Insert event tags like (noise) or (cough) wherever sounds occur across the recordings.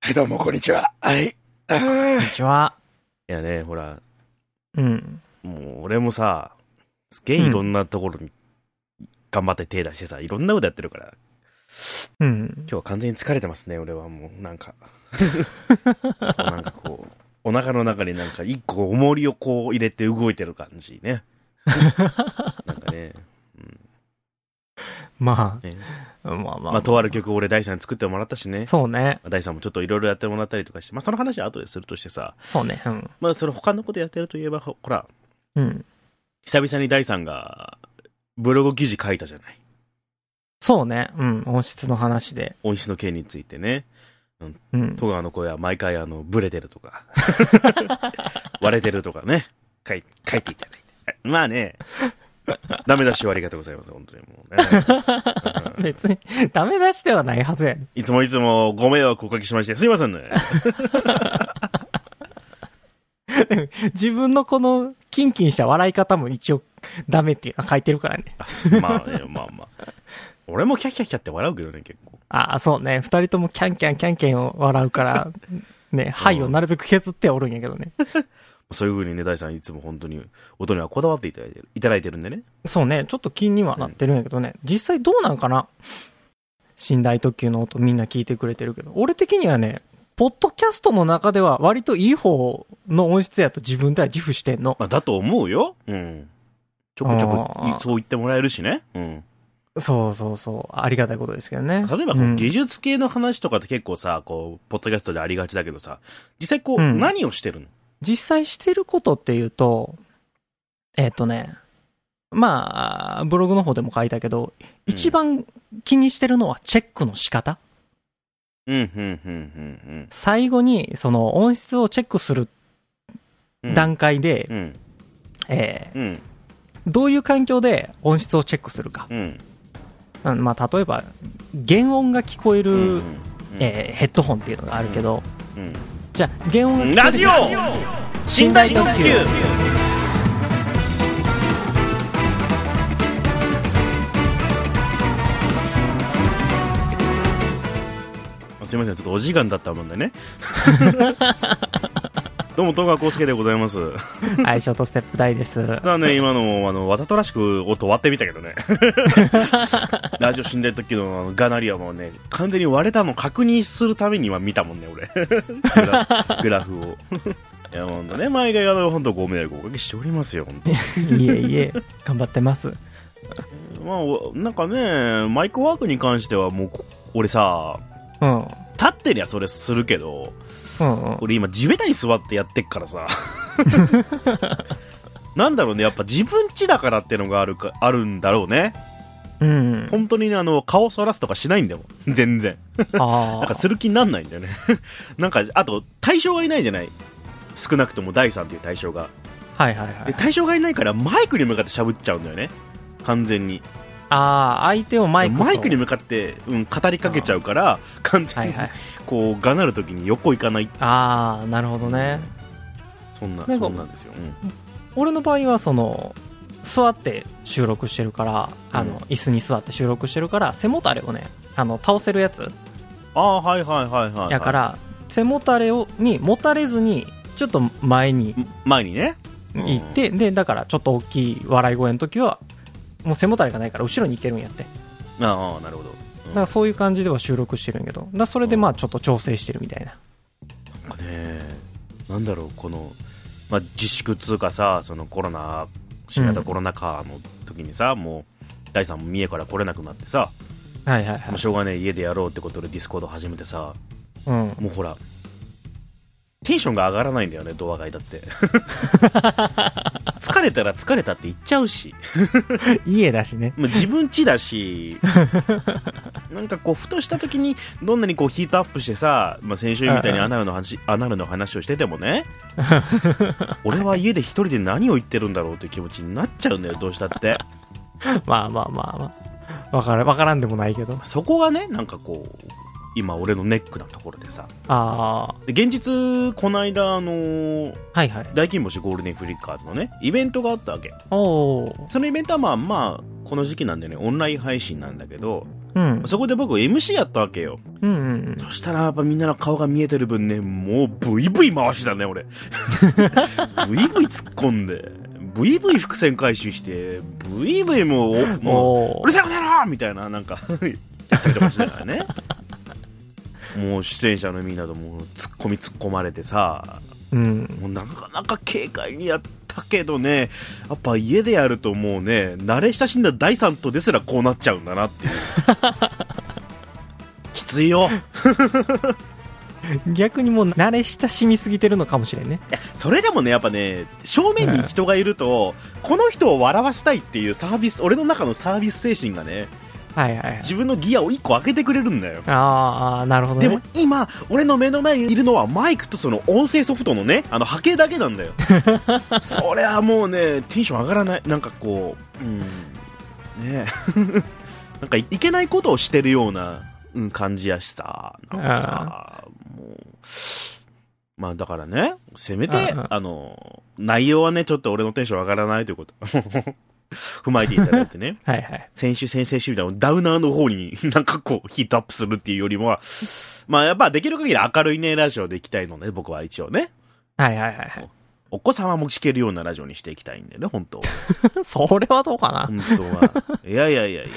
はい、どうも、こんにちは。はい。あーこんにちは。いやね、ほら、うん。もう俺もさ、すげえいろんなところに頑張って手出してさ、いろんなことやってるから、うん。今日は完全に疲れてますね、俺はもう、なんか。こうなんかこう、お腹の中になんか一個重りをこう入れて動いてる感じね。なんかね。まねあ、まあまあ、ままあ、とある。曲を俺、大さんに作ってもらったしね。そうね。大さんもちょっといろいろやってもらったりとかして、まあ、その話は後でするとしてさ、そうね。うん。まあ、その他のことやってるといえば、ほほら、うん。久々に大さんが、ブログ記事書いたじゃない。そうね。うん。音質の話で。音質の件についてね、うん。戸川の声は毎回あの、ブレてるとか、割れてるとかね、書い書いていただいて。はいまあね、ダメ出しはありがとうございます、本当にもうね。うん別に、ダメ出しではないはずやね。いつもいつもご迷惑をおかけしまして、すいませんね。自分のこの、キンキンした笑い方も一応、ダメっていうか書いてるからね。あまあね、まあまあ。俺もキャッキャッキャって笑うけどね、結構。ああ、そうね。二人ともキャンキャンキャンキャンを笑うから、ね、肺をなるべく削っておるんやけどね。そういう風にね、大さんいつも本当に音にはこだわっていただいてるいただいてるんでね。そうね。ちょっと気にはなってるんやけどね。実際どうなんかな寝台特急の音みんな聞いてくれてるけど。俺的にはね、ポッドキャストの中では割といい方の音質やと自分では自負してんの。まあ、だと思うよ。うん。ちょこちょこあーいそう言ってもらえるしね。うん。そうそうそう。ありがたいことですけどね。例えばこううん技術系の話とかって結構さ、こう、ポッドキャストでありがちだけどさ、実際こう、うん何をしてるの実際してることっていうと、えっ、とね、まあ、ブログの方でも書いたけど、一番気にしてるのはチェックの仕方。うん、うん、うん、最後に、その音質をチェックするうん。段階で、うん、えうん、ーどういう環境で音質をチェックするか。うん。うんまあ、例えば、原音が聞こえる、うん、えーヘッドホンっていうのがあるけど、うんじゃあ、原音が聞こえるラジオ寝台特急 (laughs) あすいません、ちょっとお時間だったもんで (laughs) ね。どうも、東川康介でございます。はい、ショートステップ大です。ただね、今のも、あの、わざとらしく音割ってみたけどね。ラジオ死んでる時のあのガナリアもね、完全に割れたの確認するために今見たもんね、俺。グラグラフを。いや、ほんとね、毎回あの、ほんとご迷惑をおかけしておりますよ、ほんと。いえいえ、頑張ってます。まあお、なんかね、マイクワークに関してはもうこ、俺さ、うん。立ってりゃそれするけど、うんうん。俺今地べたに座ってやってっからさ。なんだろうね、やっぱ自分家だからってのがあるか、あるんだろうね。 (laughs) うん。本当にね、あの、顔そらすとかしないんだよ。全然。あなんかする気になんないんだよね。 (laughs) なんか、あと、対象がいないじゃない。少なくとも第3という対象が。あ。はいはいはで、い。対象がいないからマイクに向かって喋っちゃうんだよね。完全に。ああ、相手をマイクとマイクに向かって、うん、語りかけちゃうから、完全はいにはい。こう、がなるときに横行かない。ああ、なるほどね。そんな、なんかそんなんですよ。うん俺の場合は、その、座って収録してるから、あの、うん椅子に座って収録してるから、背もたれをね、あの、倒せるやつああ、はいはいはいはい、はい。やから、背もたれを、に、もたれずに、ちょっと前にん、前にね。行って、で、だから、ちょっと大きい笑い声の時は、もう背もたれがないから、後ろに行けるんやって。ああ、なるほど。だからそういう感じでは収録してるんやけど、だからそれでまあちょっと調整してるみたいな。なんかねなんだろうこの、まあ、自粛つうかさそのコロナ新型コロナ禍の時にさ、もう第3も三重から来れなくなってさ、はいはいはもうい。しょうがねえ家でやろうってことでディスコード始めてさうん。もうほらテンションが上がらないんだよねドアがいだって (laughs) 疲れたら疲れたって言っちゃうし (laughs) 家だしね。もう自分家だしなんかこうふとした時にどんなにこうヒートアップしてさ、まあ、先週みたいにアナルの話アナルの話をしててもね俺は家で一人で何を言ってるんだろうという気持ちになっちゃうんだよどうしたってまあまあまあまあ。わから、わからんでもないけど。そこがねなんかこう今俺のネックなところでさあで現実この間あのーあ、はいはい。大金星ゴールデンフリッカーズのねイベントがあったわけおお。そのイベントはまあまあこの時期なんでねオンライン配信なんだけどうん。そこで僕 MC やったわけよ。うんうんうん。そしたらやっぱみんなの顔が見えてる分ね、もうブイブイ回してたね、 (laughs) 俺。ブイブイ突っ込んで、ブイブイ伏線回収して、ブイブイもう、おもう、おーうるさいことやろみたいな、なんか、やったりとかしながらね。もう出演者のみんなともう突っ込み突っ込まれてさ、うん。もうなかなか軽快にやったけどね、やっぱ家でやるともうね、慣れ親しんだ第三とですらこうなっちゃうんだなって (laughs) いう。きついよ。逆にもう慣れ親しみすぎてるのかもしれんね。それでもね、やっぱね、正面に人がいると、この人を笑わせたいっていうサービス、俺の中のサービス精神がね、はいはいはい。自分のギアを1個開けてくれるんだよ。あーあー、なるほどね。でも今、俺の目の前にいるのはマイクとその音声ソフトのね、あの波形だけなん (laughs) だよ。それはもうね、テンション上がらない。なんかこう、うん、ね (laughs) なんかいけないことをしてるような、うん、感じやしさ、なんかさ、もう、まあだからね、せめて、うんうんあの、内容はね、ちょっと俺のテンション上がらないということ。 (laughs) 踏まえていただいてね。はいはい。先週、先々週みたいなダウナーの方に (laughs) なんかこうヒートアップするっていうよりもは、まあやっぱできる限り明るいね、ラジオでいきたいのね、僕は一応ね。はいはいはいはい。お子様も聞けるようなラジオにしていきたいんだよね、本当は。 (laughs) それはどうかな。本当 (laughs) は。いやいやいやいやいやね。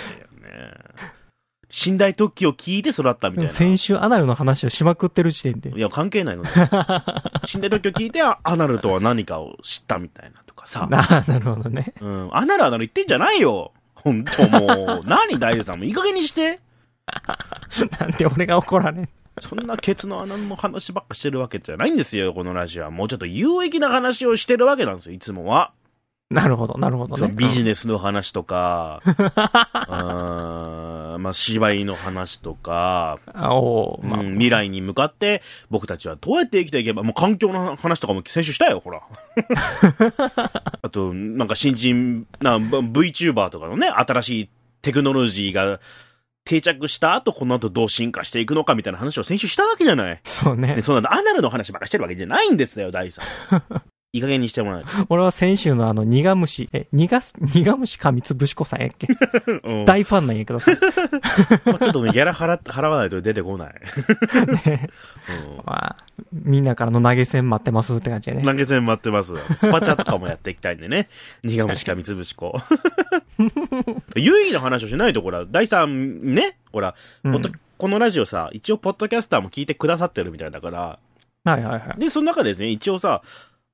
寝台特急を聞いて育ったみたいな。先週アナルの話をしまくってる時点でい。や、関係ないのね。寝台特急を聞いて、あアナルとは何かを知ったみたいなとかさ。ああ、な (laughs) るほどね。うん、アナルアナル言ってんじゃないよ。本当もう。何、大イさんもいい加減にして。なんで俺が怒られん。そんなケツの穴の話ばっかしてるわけじゃないんですよ、このラジオは。もうちょっと有益な話をしてるわけなんですよ、いつもは。なるほど、なるほどそねの。ビジネスの話とか、 (laughs) あーまあ、芝居の話とか、あおーうんまあ、未来に向かって僕たちはどうやって生きていけば、もう環境の話とかも先週したよ、 (laughs) ほら。あと、なんか新人な、VTuber とかのね、新しいテクノロジーが定着した後、この後どう進化していくのかみたいな話を先週したわけじゃない。そうね、ね。そんなアナルの話ばっかしてるわけじゃないんですよ、大 (laughs) さん。いい加減にしてもらえ俺は先週のあの、苦虫、え、苦す、苦虫噛みつぶしこさんやっける。うん大ファンなんやけどさ。 (laughs) まあちょっとね、ギャラ払っ払わないと出てこない。うんまあ、みんなからの投げ銭待ってますって感じやね。投げ銭待ってます。スパチャとかもやっていきたいんでね。苦虫か三つ星 (laughs) 子。有意義な話をしないと、ほら、大さんね、ほら、うんポッドこのラジオさ、一応、ポッドキャスターも聞いてくださってるみたいだから、はいはいはい。で、その中でですね、一応さ、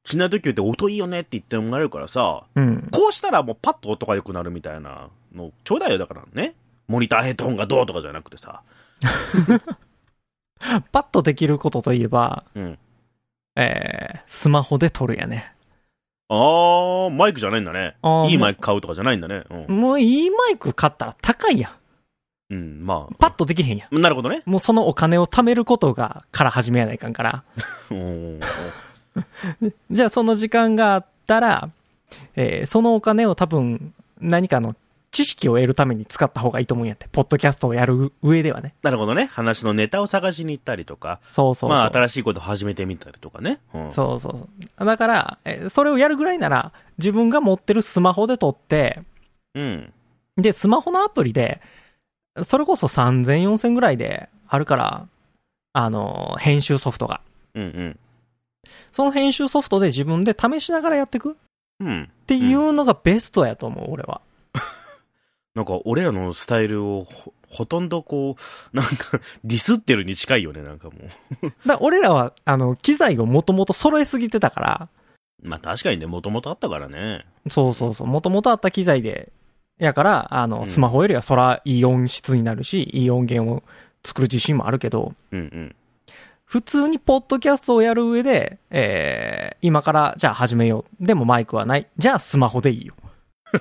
しないときって音いいよねって言ってもらえるからさ、うん。こうしたらもうパッと音が良くなるみたいなの、ちょうだいよ、だからね。モニターヘッドホンがどうとかじゃなくてさ。パッとできることといえば、うん。えー、スマホで撮るやね。あー、マイクじゃないんだねあ。ーいいマイク買うとかじゃないんだね。うん。もういいマイク買ったら高いやん。うん、まパッとできへんやん。あ。なるほどね。もうそのお金を貯めることが、から始めやないかんから。うん。じゃあその時間があったら、えーそのお金を多分何かの知識を得るために使った方がいいと思うんやって。ポッドキャストをやる上ではね。なるほどね。話のネタを探しに行ったりとか、そうそうそう。まあ、新しいこと始めてみたりとかね。うん。そうそうそう。だから、えーそれをやるぐらいなら、自分が持ってるスマホで撮って、うん。で、スマホのアプリで、それこそ3000、4000ぐらいであるから、あのー、編集ソフトが。うんその編集ソフトで自分で試しながらやっていくっうん。うん。ていうのがベストやと思う、俺は。なんか、俺らのスタイルをほ、ほとんどこう、なんか、ディスってるに近いよね、なんかもう。だから俺らは、あの、機材をもともと揃えすぎてたから、まあ、確かにね、もともとあったからね。そうそうそう、もともとあった機材で、やから、あうの、んスマホよりはそらいい音質になるし、いい音源を作る自信もあるけど、うんうん。普通にポッドキャストをやる上で、えー、今から、じゃあ始めよう。でもマイクはない。じゃあスマホでいいよ。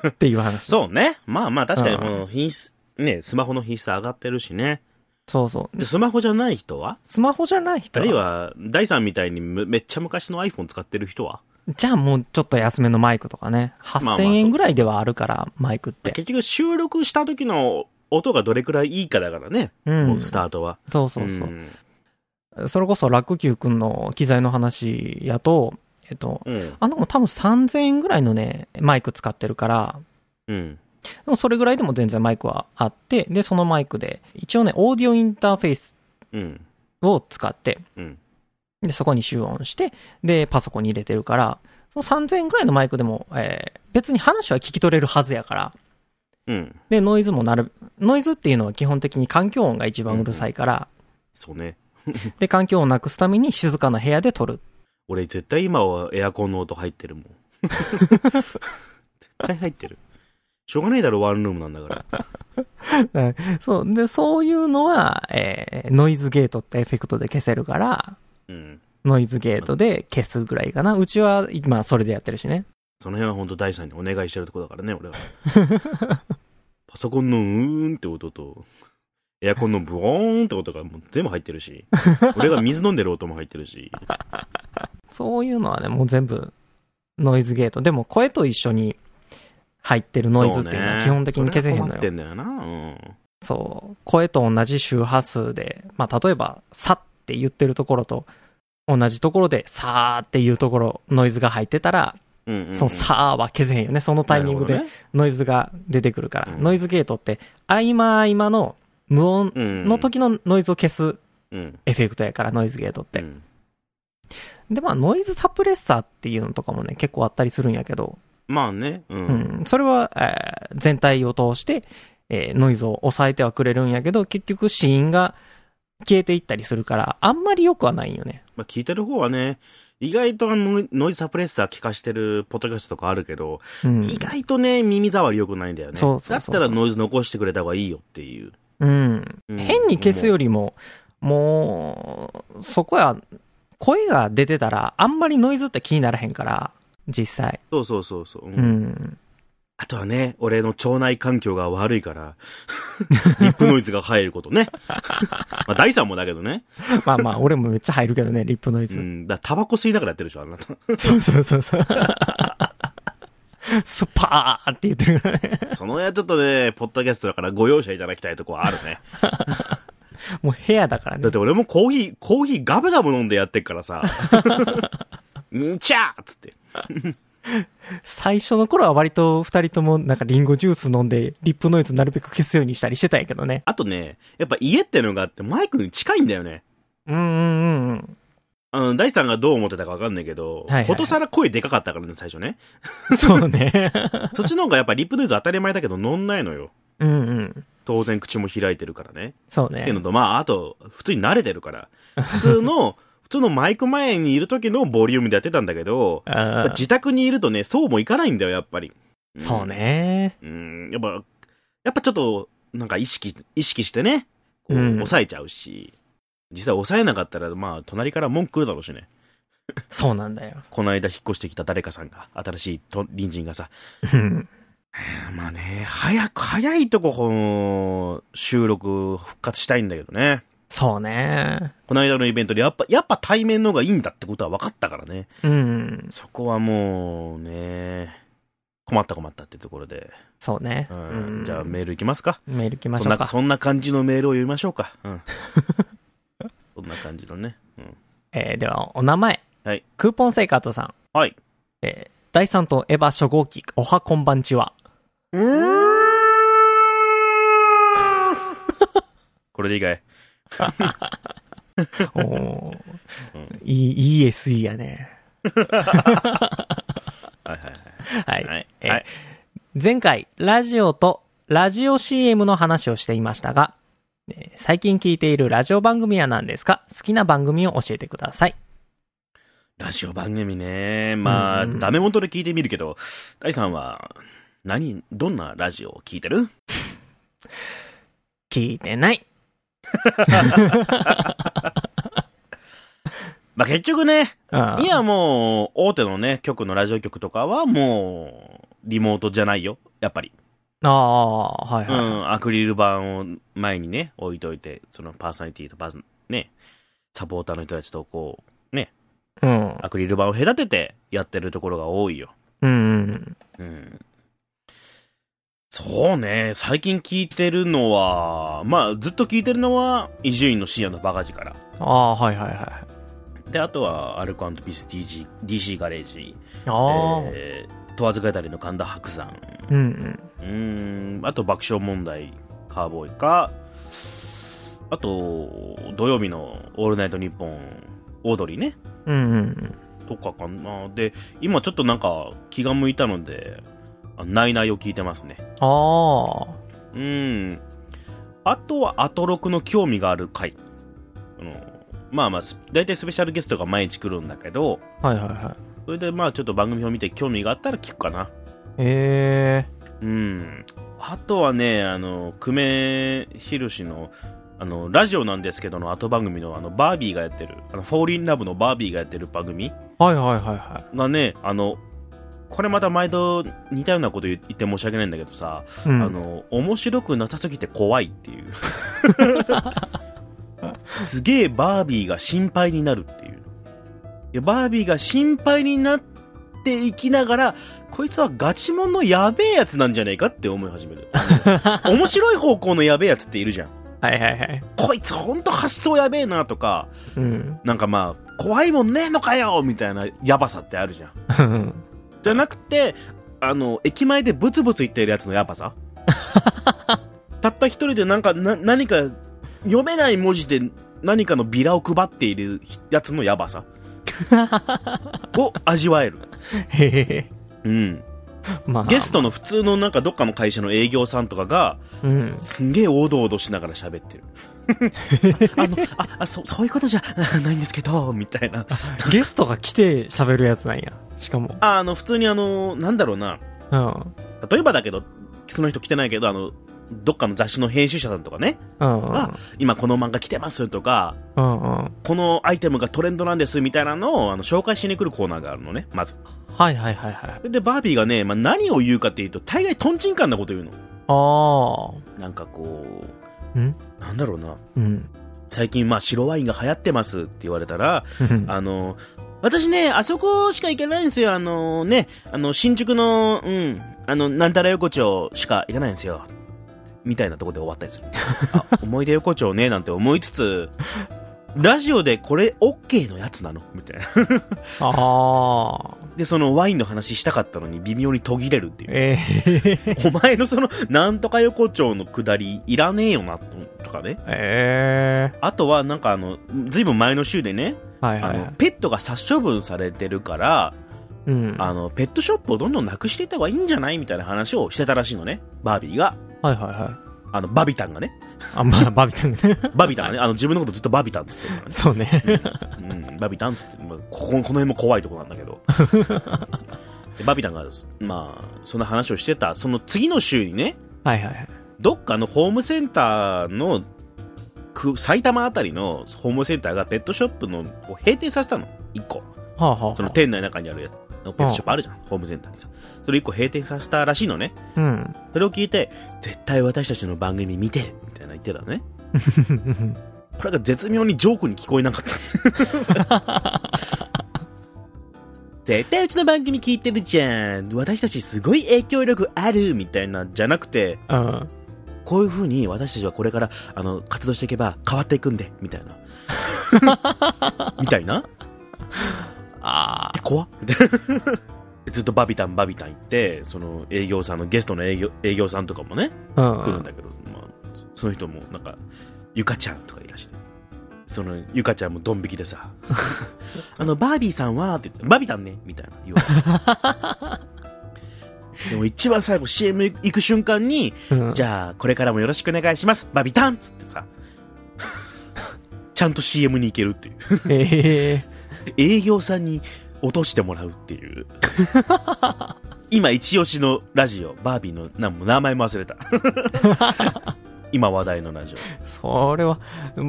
っていう話。 (laughs) そうね。まあまあ確かにうんこの品質、ね、スマホの品質上がってるしね。そうそう。で、でスマホじゃない人はスマホじゃないあ人るいは、第三みたいにむめっちゃ昔の iPhone 使ってる人はじゃあもうちょっと安めのマイクとかね。まあ8000円ぐらいではあるから、マイクって。結局収録した時の音がどれくらいいいかだからね。うんもうスタートは。そうそうそう。んそれこそ、ラックキュー君の機材の話やと、えっと、うん。あの子も多分3000円ぐらいのね、マイク使ってるから、うん。でもそれぐらいでも全然マイクはあって、で、そのマイクで、一応ね、オーディオインターフェースうん。を使って、うん。で、そこに集音して、で、パソコンに入れてるから、その3000円ぐらいのマイクでも、えー別に話は聞き取れるはずやから、うん。で、ノイズもなる、ノイズっていうのは基本的に環境音が一番うるさいから、そうね。で、環境音をなくすために静かな部屋で撮る。俺絶対今はエアコンの音入ってる (laughs) もん。絶対入ってる。しょうがないだろ、ワンルームなんだから。そう、で、そういうのは、えーノイズゲートってエフェクトで消せるから、うん。ノイズゲートで消すぐらいかな。うちは今それでやってるしね。その辺は本当第三にお願いしてるとこだからね、俺は。 (laughs) パソコンのうーんって音と、エアコンのブオーンって音がもう全部入ってるし、俺が水飲んでる音も入ってるし、そういうのはね、もう全部ノイズゲート。でも声と一緒に入ってるノイズっていうのは基本的に消せへんのそうねそれが困っ。よてんだよな。うん。そう。声と同じ周波数で、まあ、例えば、さって言ってるところと、同じところで、さーっていうところ、ノイズが入ってたら、うんうんうんそのさーは消せへんよね。そのタイミングなでるほノイズが出てくるから。うんノイズゲートって、合間合間の無音どねうんの時のノイズを消すうんエフェクトやから、ノイズゲートってう。んで、まあ、ノイズサプレッサーっていうのとかもね、結構あったりするんやけど、まあね、うん。うん、それは、えー全体を通して、えーノイズを抑えてはくれるんやけど、結局死因が消えていったりするから、あんまり良くはないんよね。まあ、聞いてる方はね、意外とあのノイズサプレッサー聞かしてるポッドキャストとかあるけど、うん意。外とね、耳障り良くないんだよね。そうそうそうそうだったらノイズ残してくれた方がいいよっていう。うん、うん変に消すよりも、もう、そこや、声が出てたら、あんまりノイズって気にならへんから、実際。そうそうそうそう。うんうん。あとはね、俺の腸内環境が悪いから、 (laughs) リップノイズが入ることね。 (laughs) まあ、第三もだけどね。まあまあ、俺もめっちゃ入るけどね、リップノイうズ。ん。だからタバコ吸いながらやってるでしょ、あなた。 (laughs) そうそうそうそう。 (laughs) スパーって言ってるからね。その辺はちょっとね、ポッドキャストだからご容赦いただきたいとこはあるね。もう部屋だからねだっ。て俺もコーヒー、コーヒーガブガブ飲んでやってっから (laughs) さ。うんちゃーっつって。最初の頃は割と二人ともなんかリンゴジュース飲んで、リップノイズなるべく消すようにしたりしてたんやけどね。あとね、やっぱ家ってのがあってマイクに近いんだよね。うんうんうんうん。あの、大地さんがどう思ってたかわかんないけど、はいはいことさら声でかかったからね、最初ね。そ (laughs) うね。そっちの方がやっぱリップノイズ当たり前だけど乗んないのよ。うんうん。当然口も開いてるからね。そっうていうねの。と、まあ、あと、普通に慣れてる (laughs) から。普通の、普通のマイク前にいる時のボリュームでやってたんだけど、やっぱあー自宅にいるとね、そうもいかないんだよ、やっぱり。んそう。ね。うん、やっぱ、やっぱちょっと、なんか意識、意識してね、こう、うん抑えちゃうし、実際抑えなかったら、まあ、隣から文句来るだろうしね。そうなんだよ。この間引っ越してきた誰かさんが、新しいと隣人がさ、うんまあね、早く、早いとこ、この、収録復活したいんだけどね。そうね。この間のイベントで、やっぱ、やっぱ対面の方がいいんだってことは分かったからね。うん。そこはもう、ね、困った困ったってところで。そうね。うんうんじゃあメールいきますか。メール来ましそんょうな、か。そんな感じのメールを読みましょうか。 (laughs) うん。そんな感じのね。うん。えーでは、お名前。はいクーポン生活さん。はい。えー第3とエヴァ初号機、おはこんばんち (laughs) は。これでいいかいおうーんいい、いい SE やね。はいはいはい。はい。えーはい。前回、ラジオとラジオ CM の話をしていましたが、えー最近聞いているラジオ番組は何ですか好きな番組を教えてください。ラジオ番組ね。まあ、うんダメ元で聞いてみるけど、大さんは、何、どんなラジオを聞いてる聞いてない。まあ結局ね、うんいやもう、大手のね、局のラジオ局とかはもう、リモートじゃないよ。やっぱり。ああ、はいうはん、アクリル板を前にね、置いといて、そのパーソナリティとパーソね、サポーターの人たちとこう、ね、い。うん。アクリル板を隔ててやってるところが多いよ。うん。うん。そうね、最近聞いてるのは、まあ、ずっと聞いてるのは、伊集院の深夜のバカ力。ああ、はいはいはい。で、あとは、アルコピース DG DC ガレージ。ああ、えー問わず語りの神田伯山。うんうん。うーん、あと爆笑問題、カーボーイか、あと、土曜日のオールナイトニッポン、オードリーね、うんうんとかかな。で、今ちょっとなんか気が向いたので、あナイナイを聞いてますね。うん。あうーん。あとは、アトロクの興味がある回。あの、まあまあ、す大体スペシャルゲストが毎日来るんだけど、あ。はいはいはい。それでまあちょっと番組を見て興味があったら聞くかな。えうん。あとはね、あの、久米宏の、あの、ラジオなんですけどの後番組の、あの、バービーがやってる、あの、フォーリンラブのバービーがやってる番組えー。はいはいはいはがね、あの、これまた毎度似たようなこと言って申し訳ないんだけどさ、い。うん、あの、面白くなさすぎて怖いって (laughs) いう。すげえバービーが心配になるっていう。でバービーが心配になっていきながら、こいつはガチモンのやべえやつなんじゃないかって思い始 (laughs) める。あの面白い方向のやべえやつっているじゃん。はいはいはい。こいつほんと発想やべえなとか、うん。なんかまあ、怖いもんねえのかよみたいなやばさってあるじゃん。 (laughs) うんじゃなくて、あの、駅前でブツブツ言ってるやつのやっぱさ。たった一人でなんか、な、何か、読めない文字で何かのビラを配っているやつのやばさ。を味わえる。へへへ。うん。まあ。ゲストの普通のなんかどっかの会社の営業さんとかが、うん。すんげえおどおどしながら喋ってる。あの、あ、あそ、そういうことじゃないんですけど、みたいな。 (laughs) ゲストが来て喋るやつなんや。しかも。ああの、普通にあの、なんだろうな。うん。例えばだけど、その人来てないけど、あの、どっかの雑誌の編集者さんとかね、うんうん。が、今この漫画来てますとか、うんうん。このアイテムがトレンドなんですみたいなのをあの紹介しに来るコーナーがあるのね、まず。はいはいはいはい。で、バービーがね、まあ、何を言うかっていうと、大概トンチンカンなこと言うの。あなんかこあ。んう、なんだろうな。うん。最近、まあ、白ワインが流行ってますって言われたら、うんあの、私ね、あそこしか行けないんですよ。あのね、あの、新宿の、うん、あの、なんたら横丁しか行かないんですよ。みたいなとこで終わ (laughs) ったりする。あ、思い出横丁ね、なんて思いつつ、ラジオでこれ OK のやつなのみたいな。 (laughs) ああ。で、そのワインの話したかったのに微妙に途切れるっていう。 (laughs) ええ。お前のその、なんとか横丁のくだりいらねえよな、とかね。ええ。あとは、なんかあの、ずいぶん前の週でね、はいあはいのはい。、ペットが殺処分されてるから、うん。あはいの、ペットショップをどんどんなくしていった方がいいんじゃないみたいな話をしてたらしいのね。バービーが。はいはい。あの、バビタンがね。あ、まあ、バビタンね。バビタンがね。あの、自分のことずっとバビタンっつってるからね (laughs) そうね。うん、バビタンっつって、まあ、ここ、この辺も怖いとこなんだけ (laughs) ど。でバビタンが、まあ、そんな話をしてた、その次の週にね、はいはいはい。どっかのホームセンターの、く埼玉あたりのホームセンターがペットショップのを閉店させたの。一個。はあはあはあ。その店内の中にあるやつ。のペットショップあるじゃん。ホームセンターにさ。それ一個閉店させたらしいのね。うん。それを聞いて、絶対私たちの番組見てるみたいな言ってたのね。これが絶妙にジョークに聞こえなかった。絶対うちの番組聞いてるじゃん。私たちすごい影響力あるみたいな、じゃなくて、うん。こういう風に私たちはこれから、あの、活動していけば変わっていくんで、みたいな。みたいなあえ、怖っみたいな。 (laughs) ずっとバビタンバビタン行って、その営業さんの、ゲストの営業営業さんとかもね、あ。うん。来るんだけど、まあ、その人もなんかゆかちゃんとかいらしてそのゆかちゃんもドン引きで (laughs) さ「あのバービーさんは?」って言って「バビたんね」みたいな言われ (laughs) てでも一番最後 CM 行く瞬間にう「ん。じゃゃあこれからもよろしくお願いしますバビタン」っつってさ (laughs) ちゃんと CM に行けるっていうええ。営業さんに落としてもらうっていう今一押しのラジオバービーのなんも名前も忘れた今話題のラジオそれは、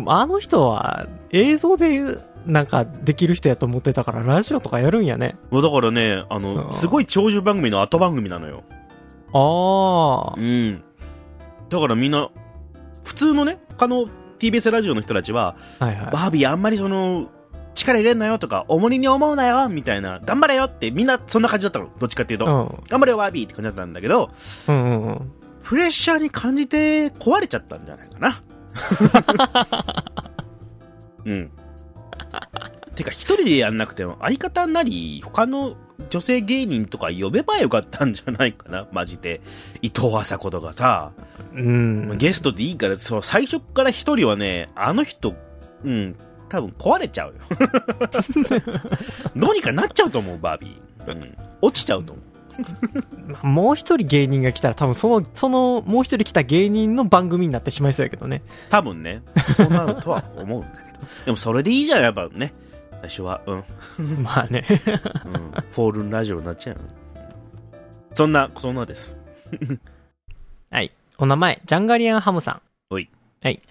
あの人は映像でなんかできる人やと思ってたからラジオとかやるんやね。もうだからねあうのんすごい長寿番組の後番組なのよああう。んだからみんな普通のね他の TBS ラジオの人たちは、はいはバい。ービーあんまりその力入れんなよとか重荷に思うなよみたいな頑張れよってみんなそんな感じだったのどっちかっていうと、うん。頑張れよバービーって感じだったんだけどうんうんうん。プレッシャーに感じて壊れちゃったんじゃないかな。うん。てか、一人でやんなくても、相方なり、他の女性芸人とか呼べばよかったんじゃないかな、マジで。伊藤麻子とかさ、うん。ゲストでいいから、そう、最初から一人はね、あの人、うん、多分壊れちゃうよ。 (laughs) どうにかなっちゃうと思う、バービー。うん、落ちちゃうと思う。まあもう一人芸人が来たら多分その、その、もう一人来た芸人の番組になってしまいそうやけ (laughs) どね。多分ね、そうなるとは思うんだけど。 (laughs) でもそれでいいじゃん、やっぱね。最初は、うん。 (laughs) まあね。うん、フォールンラジオになっちゃうよそんなそんなですはい。お名前、ジャンガリアンハムさん。おい。はい。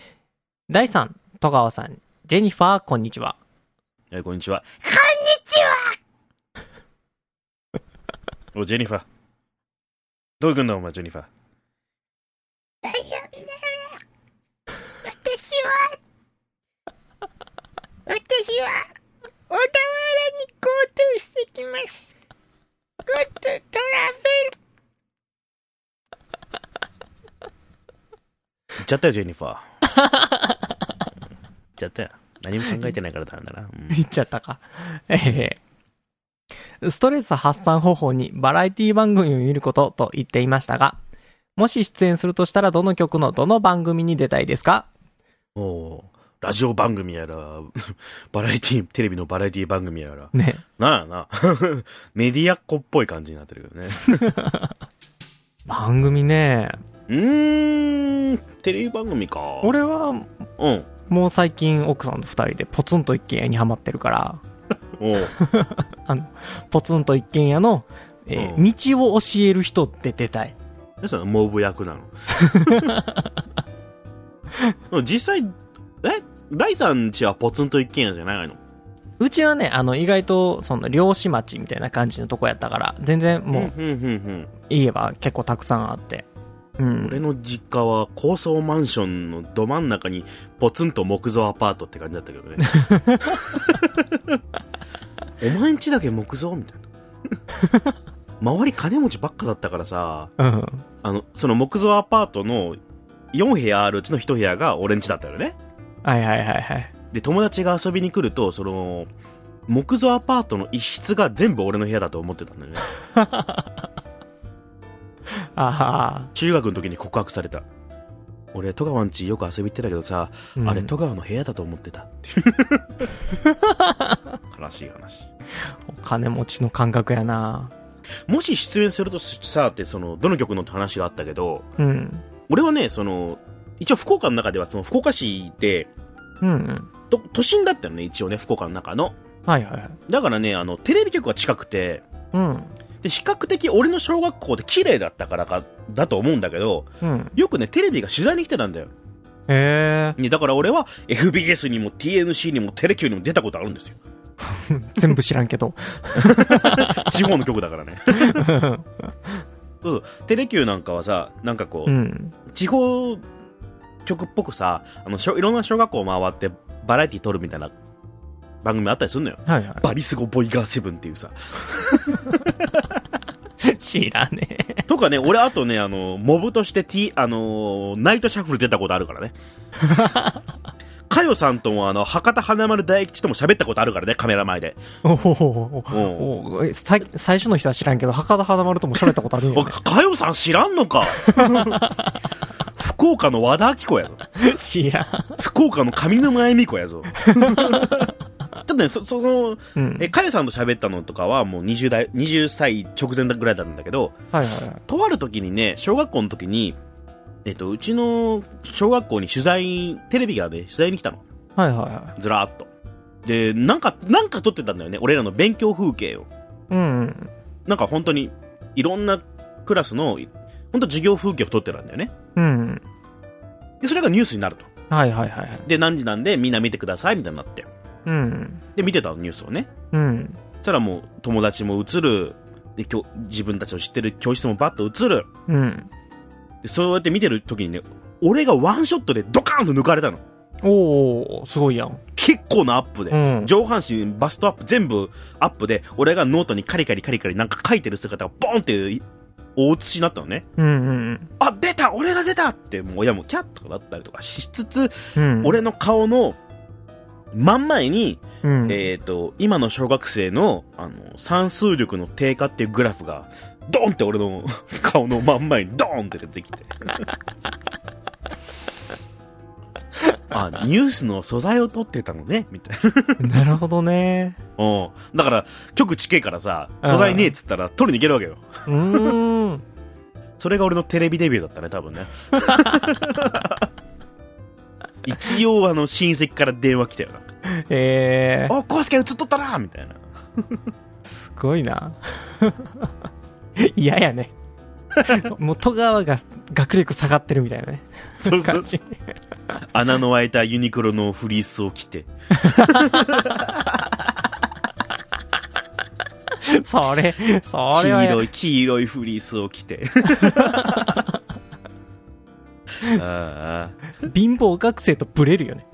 第3、戸川さん。ジェニファー、こんにちは。えーこんにちはこんにち (laughs) はおジェニファーどういくんだお前ジェニファー私は、私は、小田原に GoTo してきます。GoTo トラベル。行っちゃったよジェニファー行っちゃったよ何も考えてないからダメだな、うん (laughs) 言っちゃったか。ええストレス発散方法にバラエティ番組を見ることと言っていましたが、もし出演するとしたらどの曲のどの番組に出たいですかおーラジオ番組やらバラエティテレビのバラエティ番組やらね。なんやな (laughs) メディアっ子っぽい感じになってるけど (laughs) ね番組ね。うーんテレビ番組か俺はうんもう最近奥さんと二人でポツンと一軒家にハマってるから、おうポツンと一軒家の、えーうん道を教える人って出たい。皆さんモブ役な (laughs) のでも実際え第三地はポツンと一軒家じゃないのうちはね、あの、意外と、その、漁師町みたいな感じのとこやったから、全然もう、うんうんうん家は結構たくさんあって。ううん俺ん。の実家は高層マンションのど真ん中にポツンと木造アパートって感じだったけどね (laughs) お前んちだけ木造みたいな周り金持ちばっかだったからさうん。あのその木造アパートの4部屋あるうちの1部屋が俺んちだったよねはいはいはいはい。で友達が遊びに来るとその木造アパートの一室が全部俺の部屋だと思ってたんだよ (laughs) ねあ中学の時に告白された俺戸川んちよく遊び行ってたけどさ、あ、うんあれ戸川の部屋だと思って (laughs) た悲しい話お金持ちの感覚やなもし出演するとさってそのどの曲のって話があったけどうん。俺はねその一応福岡の中ではその福岡市でうんうん。と都心だったよね一応ね福岡の中のはいはいはい。だからねあのテレビ局が近くてうん。で、比較的俺の小学校で綺麗だったからか、だと思うんだけど、うん。よくね、テレビが取材に来てたんだよ。へえ。ね、だから俺は FBS にも TNC にもテレ Q にも出たことあるんですよ。全部知らんけど。地方の局だから (laughs) ね。そうそう。テレ Q なんかはさ、なんかこう、うん。地方局っぽくさ、あの、しょいろんな小学校回ってバラエティ撮るみたいな番組あったりすんのよ。はいはバリスゴボイガーセブンっていうさ。 (laughs) い。知らねえ。とかね、俺あとね、あの、モブとして T、あのーナイトシャッフル出たことあるからね。かよさんともあの、博多華丸大吉とも喋ったことあるからね、カメラ前で。おおう。ん。おえさ最初の人は知らんけど、博多華丸とも喋ったことあるんやお、ね、かよさん知らんのか福岡の和田明子やぞ。知らん。福岡の上沼恵美子やぞ。ただね、そ、その、うんえ、かよさんと喋ったのとかはもう20代、20歳直前ぐらいだったんだけど、はいはいはい。とある時にね、小学校の時に、えっと、うちの小学校に取材、テレビがね、取材に来たの。はいはいはずらーっと。で、なんか、なんか撮ってたんだよね。俺らの勉強風景を。い。うんうん。なんか本当に、いろんなクラスの、本当授業風景を撮ってたんだよね。うん。で、それがニュースになると。はいはいはいはい。で、何時なんでみんな見てください、みたいになって。うん。で、見てたの、ニュースをね。うん。そしたらもう、友達も映る。で、きょ自分たちを知ってる教室もバッと映る。うん。で、そうやって見てる時にね、俺がワンショットでドカーンと抜かれたの。おおすごいやん。結構なアップで、うん上半身バストアップ全部アップで俺がノートにカリカリカリカリなんか書いてる姿がボーンって大写しになったのねうんうんあ出た俺が出たってもう親もキャッとかなったりとかしつつ、うん。うん。俺の顔の真ん前に、うん。えっ、と、今の小学生の、あの、算数力の低下っていうグラフが、ドーンって俺の (laughs) 顔の真ん前にドーンって出てき (laughs) て。あ、ニュースの素材を撮ってたのね、みたいな。なるほどね。うん。だから、局地形からさ、素材ねえっつったら撮りに行けるわけよ。うーん。それが俺のテレビデビューだったね、多分 (laughs) ね。一応、あの、親戚から電話来たよ、なんか。えー、お、コースケ映っとったなみたいな。すごいな。 (laughs) 嫌やね。 (laughs) もう戸川が学力下がってるみたいなね。そうそ感う。じ。穴の開いたユニクロのフリースを着て。それ、そ黄れはや色い、黄色いフリースを着 (laughs) て。ああ貧乏学生とブレるよね。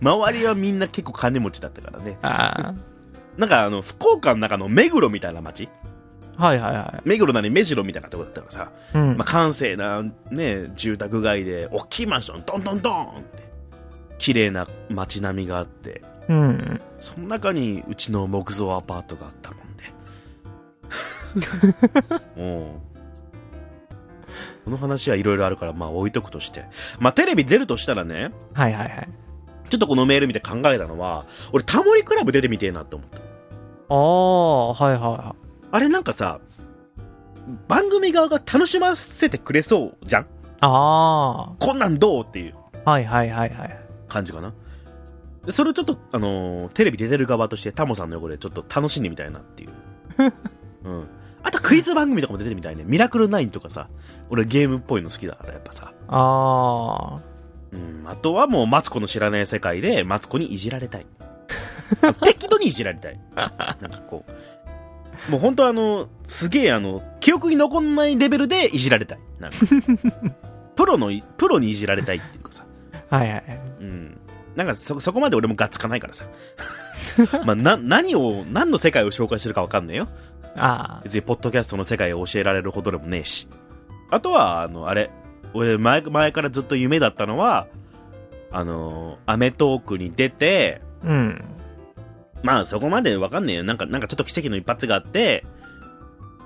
周りはみんな結構金持ちだったからね。あなんかあの、福岡の中の目黒みたいな街あ。はいはいは目黒なり目白みたいなとこだったからさ、い。うん。まあ、閑静なね、住宅街で、大きいマンション、ドンドンドンって、綺麗な街並みがあって、うん。その中にうちの木造アパートがあったもんで。うん。この話はいろいろあるから、まあ置いとくとして。まあテレビ出るとしたらね、はいはいはい。ちょっとこのメール見て考えたのは、俺タモリクラブ出てみてえなって思った。ああ、はいはいはあれなんかさ、番組側が楽しませてくれそうじゃんい。あこんなんどうっていうあ。はいはいはいはい。感じかな。でそれをちょっと、あのーテレビ出てる側としてタモさんの横でちょっと楽しんでみたいなっていう。うん。あとクイズ番組とかも出てみたいね。ミラクル9とかさ。俺ゲームっぽいの好きだからやっぱさ。あうん。あとはもうマツコの知らない世界でマツコにいじられたい。適度にいじられたい。なんかこう。もう本当あの、すげえあの、記憶に残んないレベルでいじられたい。なんかプロのい、プロにいじられたいっていうかさ。あ。はいはい。うん。なんかそ、そこまで俺もがっつかないからさ。 (laughs) まあ、な、何を、何の世界を紹介してるかわかんねえよ。あ別に、ポッドキャストの世界を教えられるほどでもねえし。あとは、あの、あれ、俺、前、前からずっと夢だったのは、あの、アメトークに出て、あ。うん。まあ、そこまでわかんねえよ。なんか、なんかちょっと奇跡の一発があって、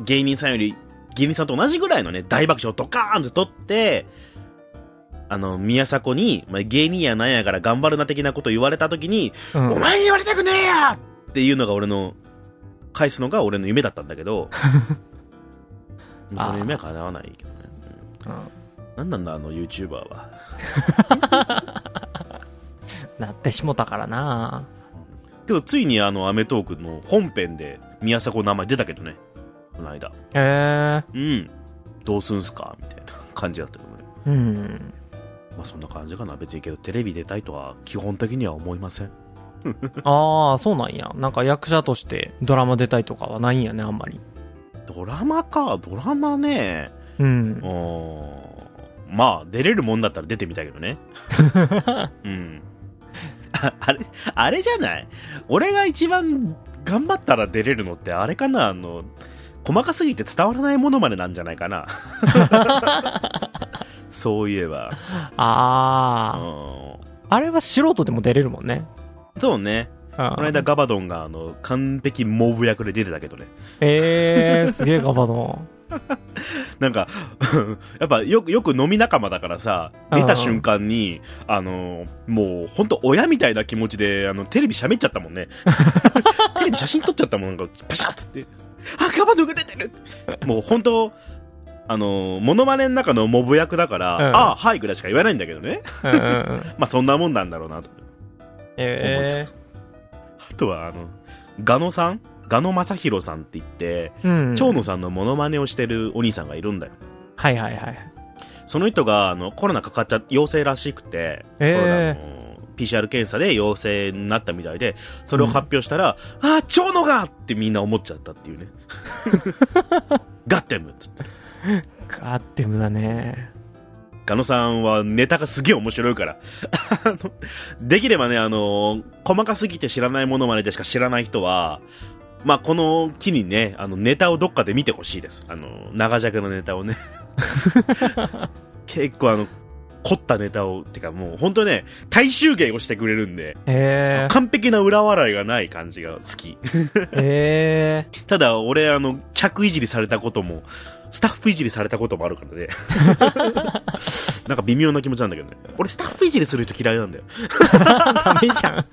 芸人さんより、芸人さんと同じぐらいのね、大爆笑をドカーンと取って、あの、宮迫に、まあ、芸人やなんやから頑張るな的なこと言われた時に、うんお前に言われたくねえやっていうのが俺の、返すのが俺の夢だったんだけ (laughs) ど、もうその夢は叶わないけどね。うんなんなんだ、あの YouTuber は。なってしもたからな。けど、ついにあの、アメトークの本編で宮迫の名前出たけどね。この間。へえ。うん。どうすんすかみたいな感じだったけどね。うん。まあそんな感じかな。別にけど、テレビ出たいとは基本的には思いません。ああ、そうなんや。なんか役者としてドラマ出たいとかはないんやね、あんまり。ドラマか、ドラマね。うんう。ーん。まあ、出れるもんだったら出てみたいけど (laughs) ね。うん。ああれ、あれじゃない俺が一番頑張ったら出れるのってあれかなあの、細かすぎて伝わらないものまでなんじゃないか (laughs) な。そういえば。うんああ。あれは素人でも出れるもんね。そうね。ここの間ガバドンがあの、完璧モブ役で出てたけどね。ええー、すげえガバドなんか、 (laughs) やっぱよく、よく飲み仲間だからさ、出た瞬間に、あの、もう、ほんと親みたいな気持ちで、あの、テレビ喋っちゃったも (laughs) んね。テレビ写真撮っちゃったもん、なんか、パシャッつって。あ、カバンが出てるもうほんと、あの、モノマネの中のモブ役だから、うんあはいぐらいしか言わないんだけどね。ン。 (laughs) うんうんうん。まあ、そんなもんなんだろうな、と思いえつつ。あとは、あの、ガノさんガノ正宏さんって言って、えー。うん。蝶野さんのモノマネをしてるお兄さんがいるんだよ。はいはいはい。その人があのコロナかかっちゃ陽性らしくて、えコロナの PCR 検査で陽性になったみたいで、それを発表したら、ああ、蝶野がってみんな思っちゃったっていう (laughs) ね。ガッテムっつって。ガッテムだね。ガノさんはネタがすげえ面白いから。 (laughs) あのできればね、あの、細かすぎて知らないものまででしか知らない人は、まあ、この機にね、あの、ネタをどっかで見てほしいです。あの、長尺のネタをね。結構あの、凝ったネタを、てかもう本当ね、大集計をしてくれるんで、え完璧な裏笑いがない感じが好き。ー、え (laughs) ー、ただ、俺、あの、客いじりされたことも、スタッフいじりされたこともあるから (laughs) ね。なんか微妙な気持ちなんだけどね。俺、スタッフいじりする人嫌いなんだよ。ダメじゃん。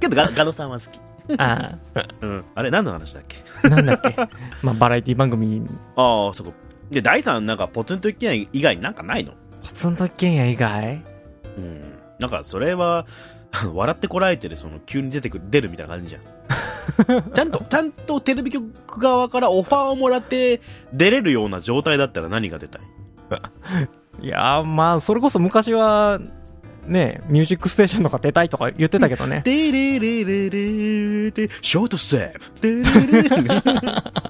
けどガ、ガノさんは好き。あうん。あれ、何の話だっけあ、なんだっけ。まあ、バラエティ番組に、ああ、そこ。で、第三なんか、ポツンと一軒家以外になんかないのポツンと一軒家以外うん。なんか、それは、 (laughs) 笑ってこらえてる、その、急に出てくる、出るみたいな感じじゃ (laughs) ん。ちゃんと、ちゃんとテレビ局側からオファーをもらって、出れるような状態だったら何が出たいいやー、まあ、それこそ昔は、ね、ミュージックステーションとか出たいとか言ってたけどね。でれれれれで、ショートステッ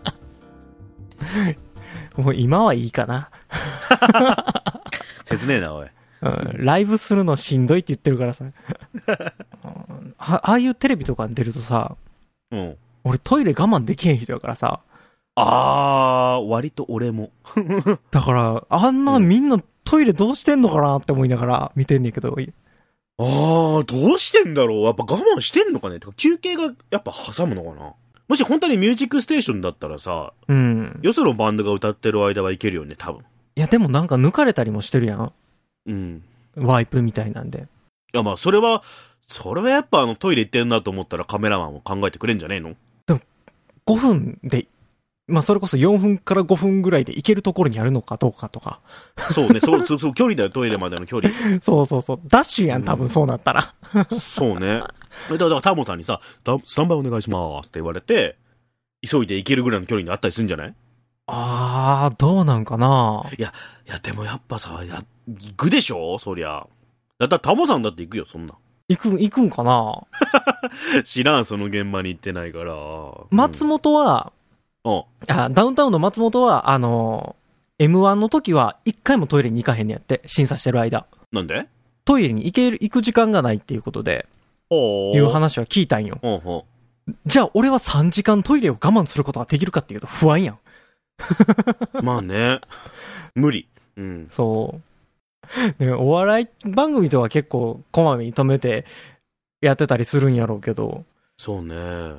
プ。 (laughs) もう今はいいかな。切ねえな、おい。うん、ライブするのしんどいって言ってるからさ。うんあああいうテレビとかに出るとさ、うん。俺トイレ我慢できへん人やからさ。あー、割と俺も。だから、あんなうんみんなトイレどうしてんのかなって思いながら見てんねんけど、いあー、どうしてんだろうやっぱ我慢してんのかねてか休憩がやっぱ挟むのかなもし本当にミュージックステーションだったらさ、うん。よそのバンドが歌ってる間はいけるよね、多分。いや、でもなんか抜かれたりもしてるやん。うん。ワイプみたいなんで。いや、まあ、それは、それはやっぱあのトイレ行ってんなと思ったらカメラマンも考えてくれんじゃねえの5分で、まあ、それこそ4分から5分ぐらいで行けるところにあるのかどうかとか。そうね、そう、そう、そう、距離だよ、トイレまでの距離。そうそうそう。ダッシュやん、多分そうなったら。そうね。だだから、タモさんにさ、タスタンバイお願いしますって言われて、急いで行けるぐらいの距離にあったりするんじゃないあー、どうなんかないや、でもやっぱさ、や、行くでしょそりゃ。だったらタモさんだって行くよ、そんな。行く、行くんかな知らん、その現場に行ってないから。松本は、うん。ああ、ダウンタウンの松本は、あのー M1 の時は一回もトイレに行かへんねやって、審査してる間。なんでトイレに行ける、行く時間がないっていうことで、ほいう話は聞いたんよ。ほうほじゃあ俺は3時間トイレを我慢することができるかっていうと不安やん。う。まあね。 (laughs) 無理。うん。そう。ね、 (laughs) お笑い番組とは結構こまめに止めてやってたりするんやろうけど、そうね。どう、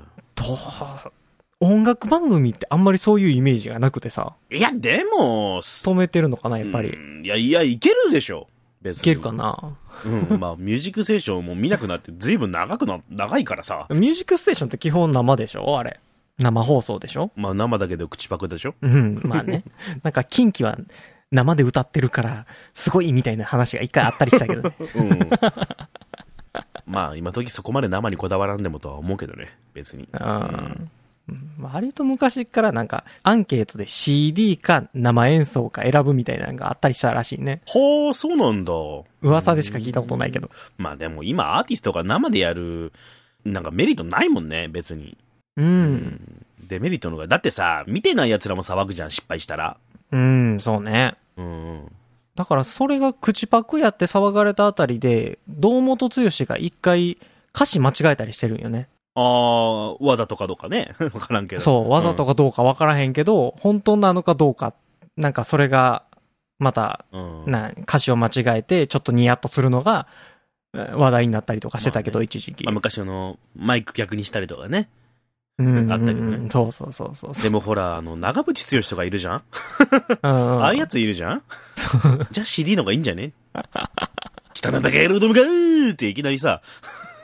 音楽番組ってあんまりそういうイメージがなくてさ、いや、でも、す止めてるのかな、やっぱり。ういんいや、いや、行けるでしょ。別に。けるかな。うん。まあ、ミュージックステーションも見なくなって、ずいぶん長くな、長いからさ。ミュージックステーションって基本生でしょあれ。生放送でしょまあ、生だけど口パクでしょ (laughs) うん、まあね。なんか、近畿は生で歌ってるから、すごいみたいな話が一回あったりしたけどね。 (laughs) うん。まあ、今時そこまで生にこだわらんでもとは思うけどね。別に。うん。割と昔からなんか、アンケートで CD か生演奏か選ぶみたいなのがあったりしたらしいね。ほう、そうなんだ。噂でしか聞いたことないけど。まあでも今アーティストが生でやる、なんかメリットないもんね、別に。う。。うんデメリットの方が、だってさ、見てない奴らも騒ぐじゃん、失敗したら。うん、そうね。うん。だからそれが口パクやって騒がれたあたりで、堂本剛が一回歌詞間違えたりしてるんよね。あー、わざとかどうかね。 (laughs) わからんけど。そう、わざとかどうかわからへんけど、本当なのかどうか、なんかそれが、また、うん。うん。な、歌詞を間違えて、ちょっとニヤッとするのが、え話題になったりとかしてたけど、まあ一時期。まあ、昔あの、マイク逆にしたりとかね。うんあったけどねそうそうそうそう。でもほら、あの、長渕剛とかいるじゃんあ (laughs) ああいうやついるじゃんじゃあ CD の方がいいんじゃね北のバカ野郎どもがーっていきなりさ、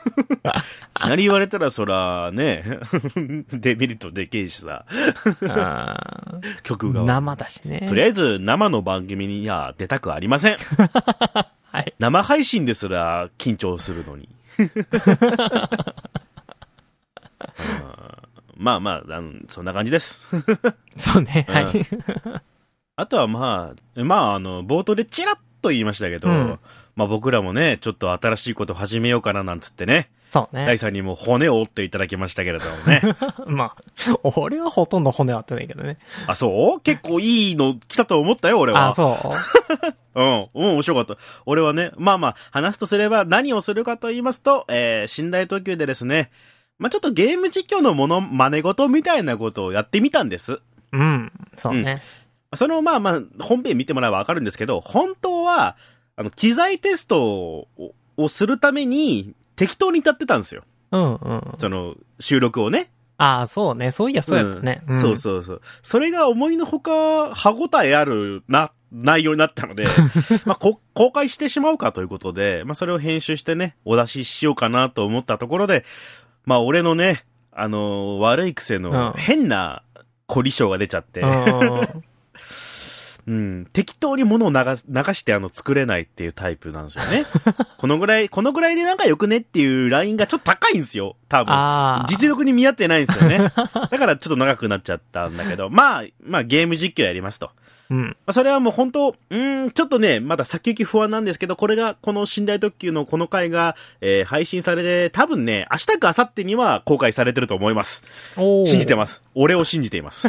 いきなり言われたらそらね、デメリットでけえしさ、あー曲が。生だしね。とりあえず生の番組には出たくありません。 (laughs) はい。生配信ですら緊張するの (laughs) に。あーまあまああの、そんな感じです。そうね。うんはい。 (laughs) あとはまあ、まああの、冒頭でチラッと言いましたけど、うんまあ僕らもね、ちょっと新しいこと始めようかななんつってね、そう大ね。さんにも骨を折っていただきましたけれども (laughs) ね。まあ、俺はほとんど骨は合ってないけどね。あ、そう結構いいの来たと思ったよ、俺は。あ、そうう。ん、うん、面白かった。俺はね、まあまあ、話すとすれば何をするかと言いますと、えー、寝台特急でですね、まあちょっとゲーム実況のもの、真似事みたいなことをやってみたんです。うん。そうね。それをまあまあ、本編見てもらえばわかるんですけど、本当は、あの、機材テストををするために、適当に歌ってたんですよ。うんうん。その、収録をね。ああ、そうね。そういや、そうやったね。うんんそうそうそう。それが思いのほか、歯応えあるな、内容になった (laughs) ので、まあ、こ公開してしまうかということで、まあ、それを編集してね、お出ししようかなと思ったところで、まあ、俺のね、あのー悪い癖のうん変な凝り性が出ちゃって、うんうんうん。うん、適当に物を流す流してあの作れないっていうタイプなんですよね。 (laughs) このぐらい、このぐらいでなんかよくねっていうラインがちょっと高いんですよ、多分。ああ。実力に見合ってないんですよね。 (laughs) だからちょっと長くなっちゃったんだけど、まあ、まあゲーム実況やりますと。まうん。あ、それはもう本当、うーん、ちょっとね、まだ先行き不安なんですけど、これが、この寝台特急のこの回が、えー配信されて、多分ね、明日か明後日には公開されてると思います。おー信じてます。俺を信じています。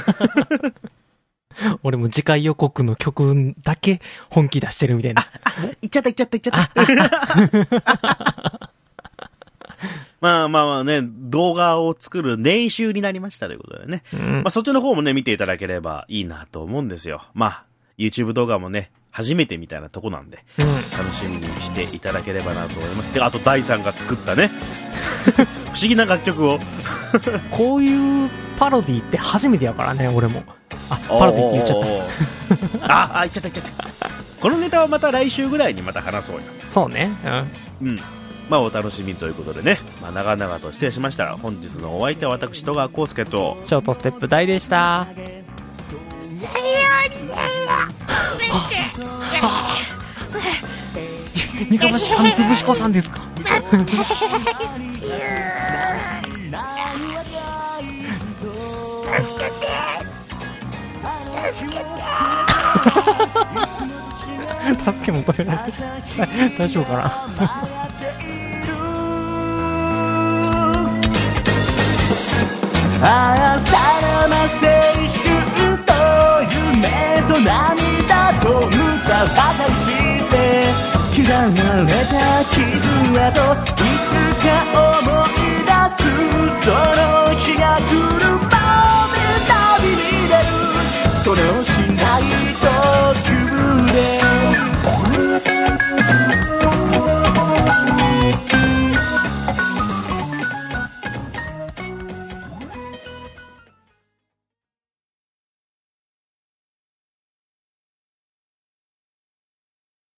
俺も次回予告の曲だけ本気出してるみたいな。いっちゃったいっちゃったいっちゃった。 (laughs) まあまあまあね、動画を作る練習になりましたということでね。うんまあそっちの方もね、見ていただければいいなと思うんですよ。まあ、YouTube 動画もね、初めてみたいなとこなんで、うん楽しみにしていただければなと思います。で、あと、第さんが作 (laughs) ったね、不思議な楽曲を。こういうパロディって初めてやからね、俺も。あ、パロディって言っちゃっった。あ、あ、言っちゃった言っちゃった。このネタはまた来週ぐらいにまた話そうよ。た。そうね。ううん。まあ、お楽しみということでね、まあ、長々と失礼しましたら、本日のお相手は私、戸川康介と、ん。ショートステップ大でした。さようなら。ニカバシカンツブシコさんですか助け求められてる大丈夫かなああさらば青春と夢と涙と無茶ばかりして刻まれた傷跡いつか思い出すその日が来るまで旅に出るこれをしないと